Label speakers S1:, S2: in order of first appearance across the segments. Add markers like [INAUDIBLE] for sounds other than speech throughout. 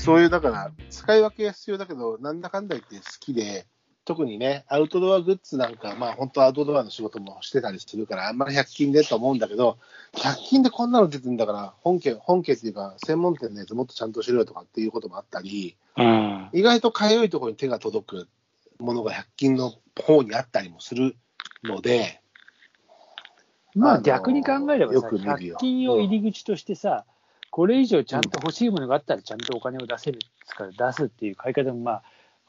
S1: そういう、だから、使い分けが必要だけど、なんだかんだ言って好きで、特にね、アウトドアグッズなんか、まあ本当アウトドアの仕事もしてたりするから、あんまり100均でと思うんだけど、100均でこんなの出てるんだから、本家、本家っていうか、専門店のやつもっとちゃんとしろよとかっていうこともあったり、
S2: うん。
S1: 意外とかゆいところに手が届くものが100均の方にあったりもするので、
S2: ま
S1: あ
S2: あ
S1: の
S2: 逆に考えれば
S1: よ
S2: さ、
S1: く見るよ
S2: 100均を入り口としてさ、これ以上ちゃんと欲しいものがあったらちゃんとお金を出せるから出すっていう買い方もまあ、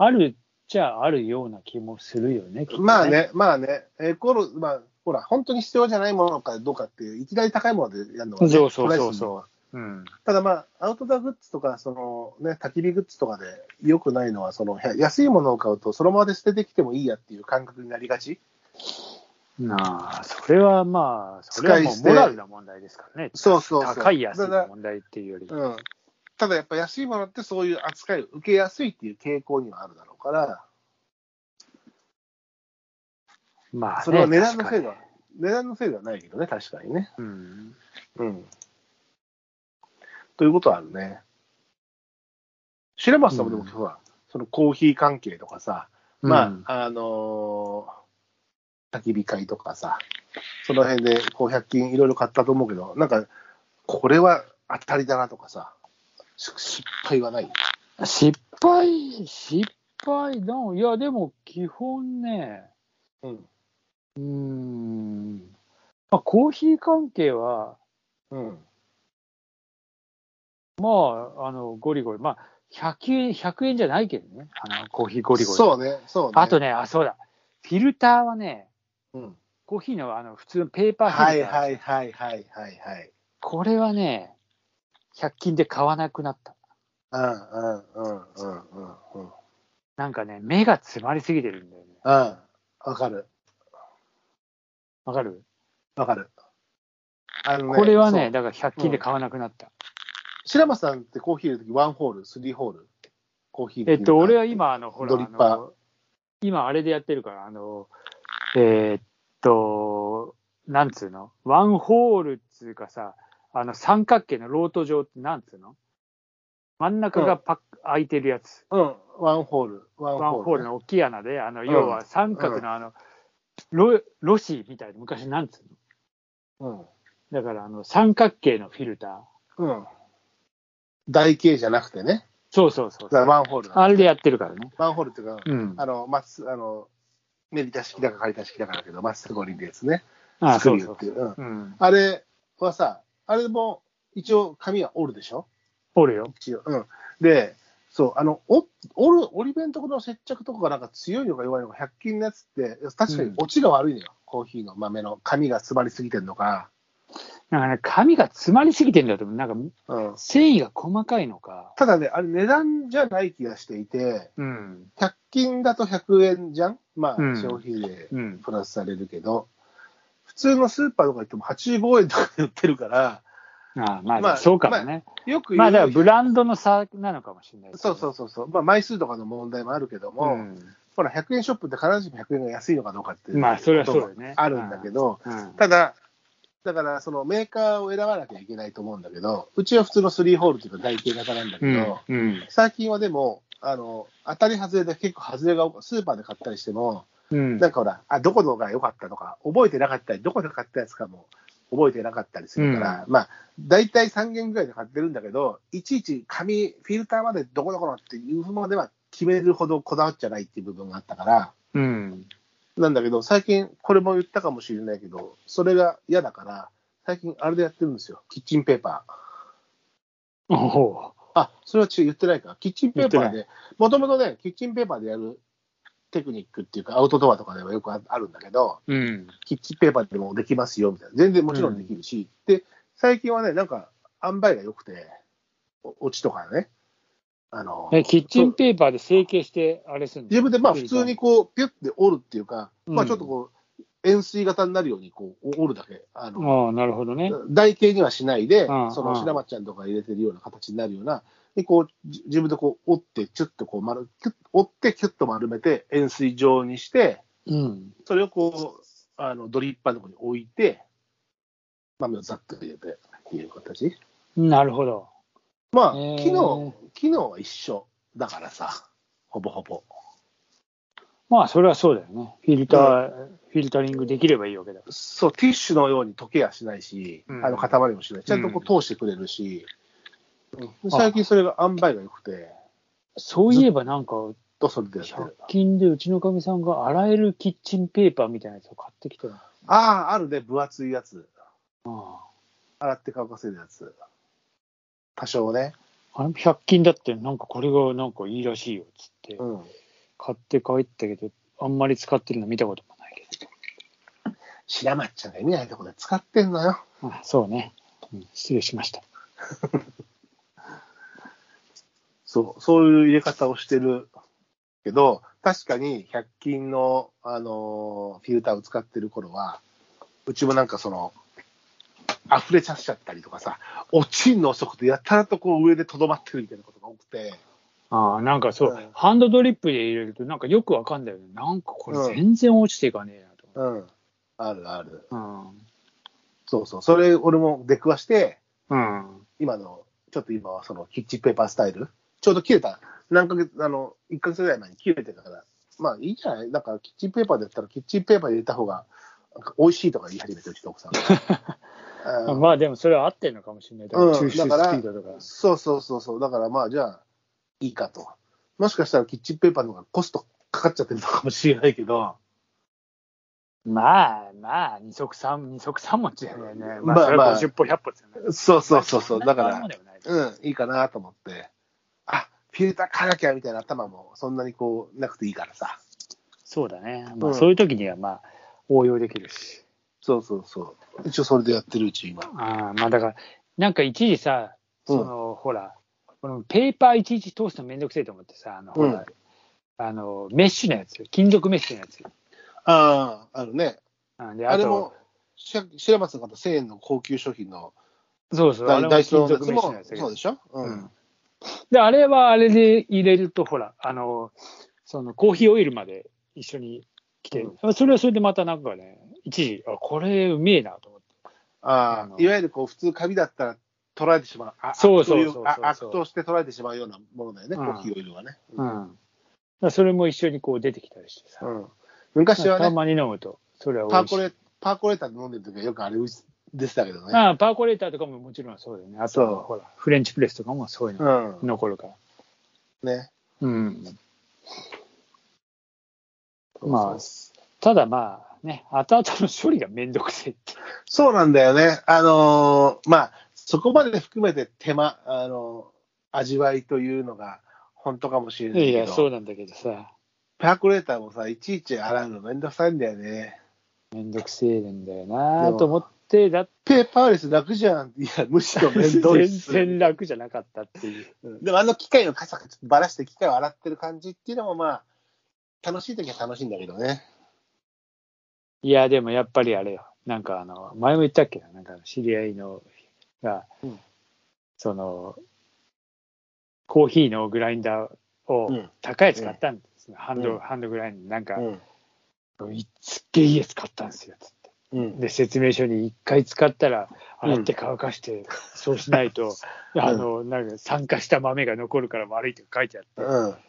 S2: あるっちゃあるような気もするよね、きっと
S1: まあ。ね、まあね、エコール、まあ、ほら、本当に必要じゃないものかどうかっていう、いきなり高いものでやるのはね、
S2: そうそ
S1: ト
S2: うそうそう
S1: ライするのは
S2: うん。
S1: ただまあ、アウトドアグッズとか、そのね、焚き火グッズとかで良くないのは、その、や安いものを買うと、そのままで捨ててきてもいいやっていう感覚になりがち。
S2: なあ、それはまあ、それはも
S1: 使いう捨て
S2: モラルな問題ですからね。
S1: そうそうそう。
S2: 高い安い
S1: ただ
S2: の問題っていうより。
S1: うん。ただやっぱ安いものってそういう扱いを受けやすいっていう傾向にはあるだろうから、
S2: まあ、ね、
S1: それは値段のせい
S2: 確
S1: で
S2: か
S1: は、値段のせいではないけどね、確かにね。
S2: にうん。
S1: うん。ということはあるね。シレバスさんもでも、
S2: うん
S1: ほら、そのコーヒー関係とかさ、まあ、
S2: うん
S1: あのー焚き火会とかさ、その辺で、こう、100均いろいろ買ったと思うけど、なんか、これは当たりだなとかさ、し失敗はない。
S2: 失敗、失敗だ。いや、でも基本ね、
S1: うん。
S2: うーん、まあ、コーヒー関係は、
S1: うん。
S2: まあ、あの、ゴリゴリ、まあ、100円、100円じゃないけどね、あの、コーヒーゴリゴリ。
S1: そうね、そうね。
S2: あとね、あ、そうだ、フィルターはね、
S1: うん、
S2: コーヒーのあの、普通のペーパーフィ
S1: は
S2: ル
S1: い
S2: ター。
S1: はいはいはいはいはい。
S2: これはね、100均で買わなくなった。
S1: うんうんうんうんうんうん。
S2: なんかね、目が詰まりすぎてるんだよね。
S1: うん。わかる。
S2: わかる
S1: わかる。あの
S2: これはね、
S1: そう、
S2: だから100均で買わなくなった。
S1: 白松さんってコーヒー入れるとき、ワンホール、スリーホール、コーヒー
S2: えっと、俺
S1: は、
S2: は今、あの、ほら、
S1: ドリッパー
S2: あの今、あれでやってるから、あの、えーっと、なんつうのワンホールっつうかさ、あの、三角形のロート状ってなんつうの真ん中がパッ、空いてるやつ。
S1: うん、ワンホール、ワン
S2: ワンホ
S1: ホ
S2: ー
S1: ー
S2: ル
S1: ル。
S2: の大きい穴で、あの、
S1: ん
S2: 要は三角のあの、ロ、ロシーみたいな、昔なんつうのだから、あの、三角形のフィルター。
S1: うん。うん。台形じゃなくてね。
S2: そうそうそう
S1: だか。らワンホールだ。
S2: あれでやってるからね。
S1: ワンホールっていうか、
S2: うん。
S1: あの、まっすあの、メリタ式だか借りた式だかだけど、まっすぐ降りるやつね。
S2: あ、
S1: スク
S2: そ
S1: リュ
S2: うそ
S1: ー
S2: う
S1: って。いう。うん。
S2: うん。
S1: あれはさ、あれも、一応、紙は折るでしょ
S2: おるよ。
S1: 一応。うん。で、そう、あの、お折る、折り弁とこの接着とかがなんか強いのか弱いのか、100均のやつって、確かにオチが悪いのよ、コーヒーの豆の紙が詰まりすぎてるのか。
S2: なんかね、髪が詰まりすぎてんだと思う。なんか、
S1: うん。
S2: 繊維が細かいのか。
S1: ただね、あれ値段じゃない気がしていて、
S2: うん。
S1: 100均だと100円じゃんまあ、
S2: うん
S1: 消費税
S2: うん。
S1: プラスされるけど、普通のスーパーとか行っても85円とかで売ってるから、
S2: ああまあ、
S1: まあ
S2: そうかもね。
S1: よく
S2: ま
S1: 言
S2: あ、
S1: う
S2: だからブランドの差なのかもしれない、
S1: そうそううそうそう。まあ、枚数とかの問題もあるけど
S2: う
S1: も、
S2: ん。
S1: ほら、100円ショップって必ずしも100円が安いのかどうかっていう
S2: まあそれはそうだよね
S1: あるんだけど、
S2: うん。
S1: ただ、だから、そのメーカーを選ばなきゃいけないと思うんだけど、うちは普通の3ホールというか台形型なんだけ
S2: う
S1: ど、
S2: ん。うん。
S1: 最近はでも、あの、当たり外れで結構外れが多く、スーパーで買ったりしても、
S2: うん。
S1: なんかほら、あ、どこのが良かったとか、覚えてなかったり、どこで買ったやつかも覚えてなかったりするから、まあ、大体3軒ぐらいで買ってるんだけど、いちいち紙、フィルターまでどこどこのっていうふうまでは決めるほどこだわっちゃないっていう部分があったから、
S2: うん。
S1: なんだけど、最近、これも言ったかもしれないけど、それが嫌だから、最近あれでやってるんですよ。キッチンペーパー。
S2: おお。
S1: あ、それは違う言ってないか。キッチンペーパ
S2: 言
S1: ー
S2: って
S1: で、もともとね、キッチンペーパーでやるテクニックっていうか、アウトドアとかではよくああるんだけど、
S2: うん。
S1: キッチンペーパーでもできますよ、みたいな。全然もちろんできるし、で、最近はね、なんか、塩梅が良くて、お落ちとかね、あの、
S2: えキッチンペーパーで成形して、あれすんの
S1: 自分でまあ普通にこう、ピュッて折るっていうか、
S2: うん
S1: まあちょっとこう、円錐型になるようにこう、折るだけ。あの、
S2: ああ、なるほどね。
S1: 台形にはしないで、
S2: うん
S1: そうの
S2: ん
S1: 白松ちゃんとか入れてるような形になるような、でこうじ自分でこう折って、キュッとこう丸、キュッ折って、キュッと丸めて、円錐状にして、
S2: うん。
S1: それをこう、あのドリッパーのとこに置いて、豆をざっと入れて、っていう形。
S2: なるほど。
S1: まあ、
S2: へー
S1: 機能、機能は一緒だからさ、ほぼほぼ。
S2: まあ、それはそうだよね。フィルター、フィルタリングできればいいわけだか
S1: そう、ティッシュのように溶けやしないし、
S2: うん
S1: あの固まりもしない。ちゃんとこう通してくれるし、最近それが塩梅が良くて、
S2: ら。そういえばなんか、
S1: とそれでやって
S2: 100
S1: る。
S2: 均でうちのかみさんが洗えるキッチンペーパーみたいなやつを買ってきたよ。
S1: ああ、あるね、分厚いやつ。
S2: あ
S1: 洗って乾かせるやつ。多少ね。
S2: あれも100均だって、なんかこれがなんかいいらしいよ、つって
S1: う。ん。
S2: 買って帰ったけど、あんまり使ってるの見たこともないけ
S1: 白松ちゃんが意味ないとこで使ってんのよ。
S2: ど。あそうね、うん失礼しました。
S1: そう、そういう入れ方をしてるけど、確かに100均の、あのーフィルターを使ってる頃は、うちもなんかその、溢れちゃっちゃったりとかさ、落ちんの遅くて、やたらとこう上でとどまってるみたいなことが多くて、
S2: ああ、なんかそう、
S1: うん
S2: ハンドドリップで入れると、なんかよくわかんだよね。なんかこれ
S1: うん
S2: 全然落ちていかねえなと
S1: うん。あるある。
S2: 思って。
S1: そうそう。それ、俺も出くわして、
S2: うん。うん。
S1: 今の、ちょっと今はそのキッチンペーパースタイル、ちょうど切れた、何ヶ月、あの、1ヶ月ぐらい前に切れてたから、まあいいじゃない、だからキッチンペーパーでやったら、キッチンペーパーで入れた方が、なんか美味しいとか言い始めてる人、奥さんが
S2: [LAUGHS]
S1: うん
S2: まあでもそれは合ってるのかもしれない。だから
S1: うん
S2: 抽出スピードとか。
S1: そうそうそうそう、だからまあじゃあ、いいかと。もしかしたらキッチンペーパーの方がコストかかっちゃってるのかもしれないけど、
S2: まあまあ、二足三、二足三持ちだよね。まあ、
S1: まあ
S2: それ
S1: ま
S2: は
S1: あ
S2: 50歩、100歩ですよね。
S1: そうそうそうそう、だか
S2: そん
S1: ら
S2: なに変わるもん、でもない
S1: うん、いいかなと思って、あフィルター変えなきゃみたいな頭もそんなにこうなくていいからさ。
S2: そうだね。ま
S1: う
S2: あ
S1: ん
S2: そういう時にはまあ応用できるし。
S1: そうそうそう。一応それでやってるうち、今。
S2: ああ、まあだから、なんか一時さ、
S1: うん
S2: その、ほら、このペーパーいちいち通すのめんどくせえと思ってさ、あの、ほら、
S1: うん
S2: あの、メッシュのやつ、金属メッシュのやつ。
S1: ああ、あるね。
S2: あで
S1: あ
S2: あ
S1: れ
S2: と
S1: も、しゃ白松の方1000円の高級商品の
S2: そうそう、あれも
S1: ダイ
S2: 金
S1: スの
S2: 属
S1: やつ
S2: メッシュの
S1: も
S2: やつだけ
S1: そう
S2: ど
S1: でしょう
S2: うんん。で、あれはあれで入れると、ほら、あの、そのコーヒーオイルまで一緒に来て、それはそれでまたなんかね、一時、あ、これうめえなと思って。
S1: あ
S2: あ
S1: あ
S2: の
S1: いわゆるこう普通紙だったら取られてしまう。あ
S2: そうそうそうそう
S1: 悪といあ悪として取られてしまうようなものだよね、
S2: うん
S1: コーヒーオイルはね。
S2: うん。だからそれも一緒にこう出てきたりしてさ。
S1: うん昔は
S2: た
S1: ね、
S2: まに飲むと、それは美
S1: パー
S2: 味しい
S1: コレパーコレーターで飲んでる時はよくあれでしたけどね。
S2: ああパーコレーターとかももちろんそうだよね。あと
S1: そう
S2: は、ほら、フレンチプレスとかもそういう
S1: う
S2: の
S1: ん。
S2: 残るから。
S1: ね。
S2: うん。まあ、ただまあ、ね、後々の処理がめんどくせえって。
S1: そうなんだよね。あのーまあ、そこまで含めて手間、あのー味わいというのが本当かもしれない
S2: い
S1: け
S2: や、そ
S1: ど、
S2: うなんだけどさ、
S1: パーコレーターもさ、いちいち洗うのめんどくさいんだよね。
S2: めんどくせえんだ
S1: で
S2: よな
S1: も
S2: と思って、だって
S1: ペーパーレス楽じゃん。
S2: [LAUGHS]
S1: いや、むしろめん [LAUGHS] どい
S2: 全
S1: っす。
S2: 然楽じゃなかったっていう。
S1: うんでもあの機械をカサカサばらして機械を洗ってる感じっていうのもまあ、楽しい時は楽しいんだけどね。
S2: いや、でもやっぱりあれよ、なんかあの、前も言ったっけな、なんか知り合いのが、
S1: うん
S2: その、コーヒーのグラインダーを
S1: うん
S2: 高いやつ買ったんですよ、ハンド、
S1: うん
S2: ハンドグラインダー、なんか、
S1: うん。
S2: いすっげえいいやつ買ったんですよ、つって。
S1: うん。
S2: で、説明書に一回使ったら、
S1: うん
S2: 洗って乾かして、そうしないと、あの、なんか酸化した豆が残るから悪いとか書いてあって、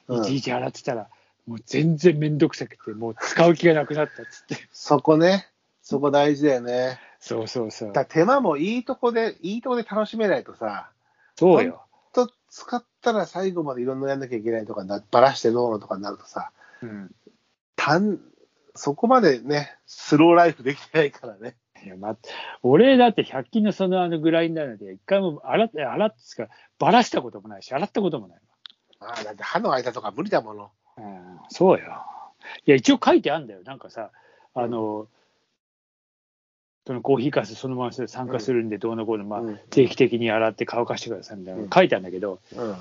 S1: うん。う
S2: いち
S1: ん
S2: いち洗ってたら、もう全然めんどくさくて、もう使う気がなくなったっつって。
S1: そこね。そこ大事だよね。
S2: そうそうそう
S1: だか。ら手間もいいとこで、いいとこで楽しめないとさ、
S2: そうよ。
S1: ちょっと使ったら最後までいろんなやんなきゃいけないとかな、ばらしてどうのとかになるとさ、
S2: うん。
S1: たんそこまでね、スローライフできてないからね。
S2: いや、ま、俺だって100均のそのあのグラインダーなんて、一回も洗って、洗ってつか、ばらしたこともないし、洗ったこともない
S1: ああ、だって歯の間とか無理だもの。
S2: わ。うん、そうよ。いや、一応書いてあるんだよ。なんかさ、あの、そのコーヒーかすそのまま酸化するんで、どうのこうの、まあ、
S1: うん
S2: 定期的に洗って乾かしてくださいみたいなの書いてあるんだけど、
S1: うん。
S2: う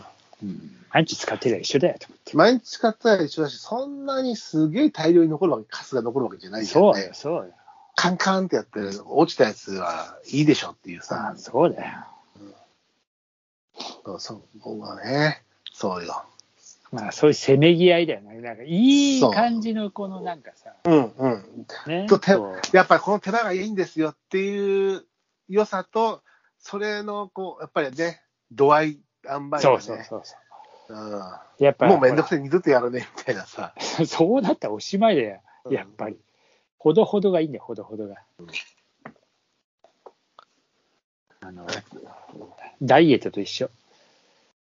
S2: ん、毎日使ってりゃ一緒だよと思って。
S1: 毎日使ったら一緒だし、そんなにすげえ大量に残るわけ、カスが残るわけじゃないじゃん、
S2: そう
S1: ね
S2: よ、。そうよ。
S1: カンカンってやって、落ちたやつはいいでしょっていうさ、
S2: そうだよ。
S1: そうそこがね、そうよ。
S2: まあ、そういうせめぎ合いだよね。なんか、いい
S1: そう
S2: 感じの、このなんかさ、
S1: うんうん。
S2: ね。
S1: と手
S2: こう
S1: やっぱりこの手間がいいんですよっていう良さと、それのこう、やっぱりね、度合い塩梅がね。
S2: そうそうそうそ
S1: うん
S2: う。やっぱ
S1: もうめんどくさい、二度とやらねえみたいなさ。
S2: ほら [LAUGHS] そうなったらおしまいだよ、やっぱり。ほどほどがいいんだよ、ほどほどが。あの、ダイエットと一緒。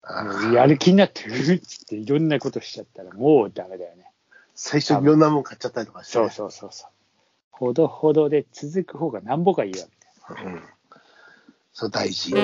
S2: あのやる気になって、うるっつっていろんなことしちゃったらもうダメだよね。
S1: 最初いろんなもん買っちゃったりとかして
S2: そ
S1: ね、
S2: うそうそうそう。ほどほどで続く方がなんぼかいいわけ。
S1: うん。そう、大事。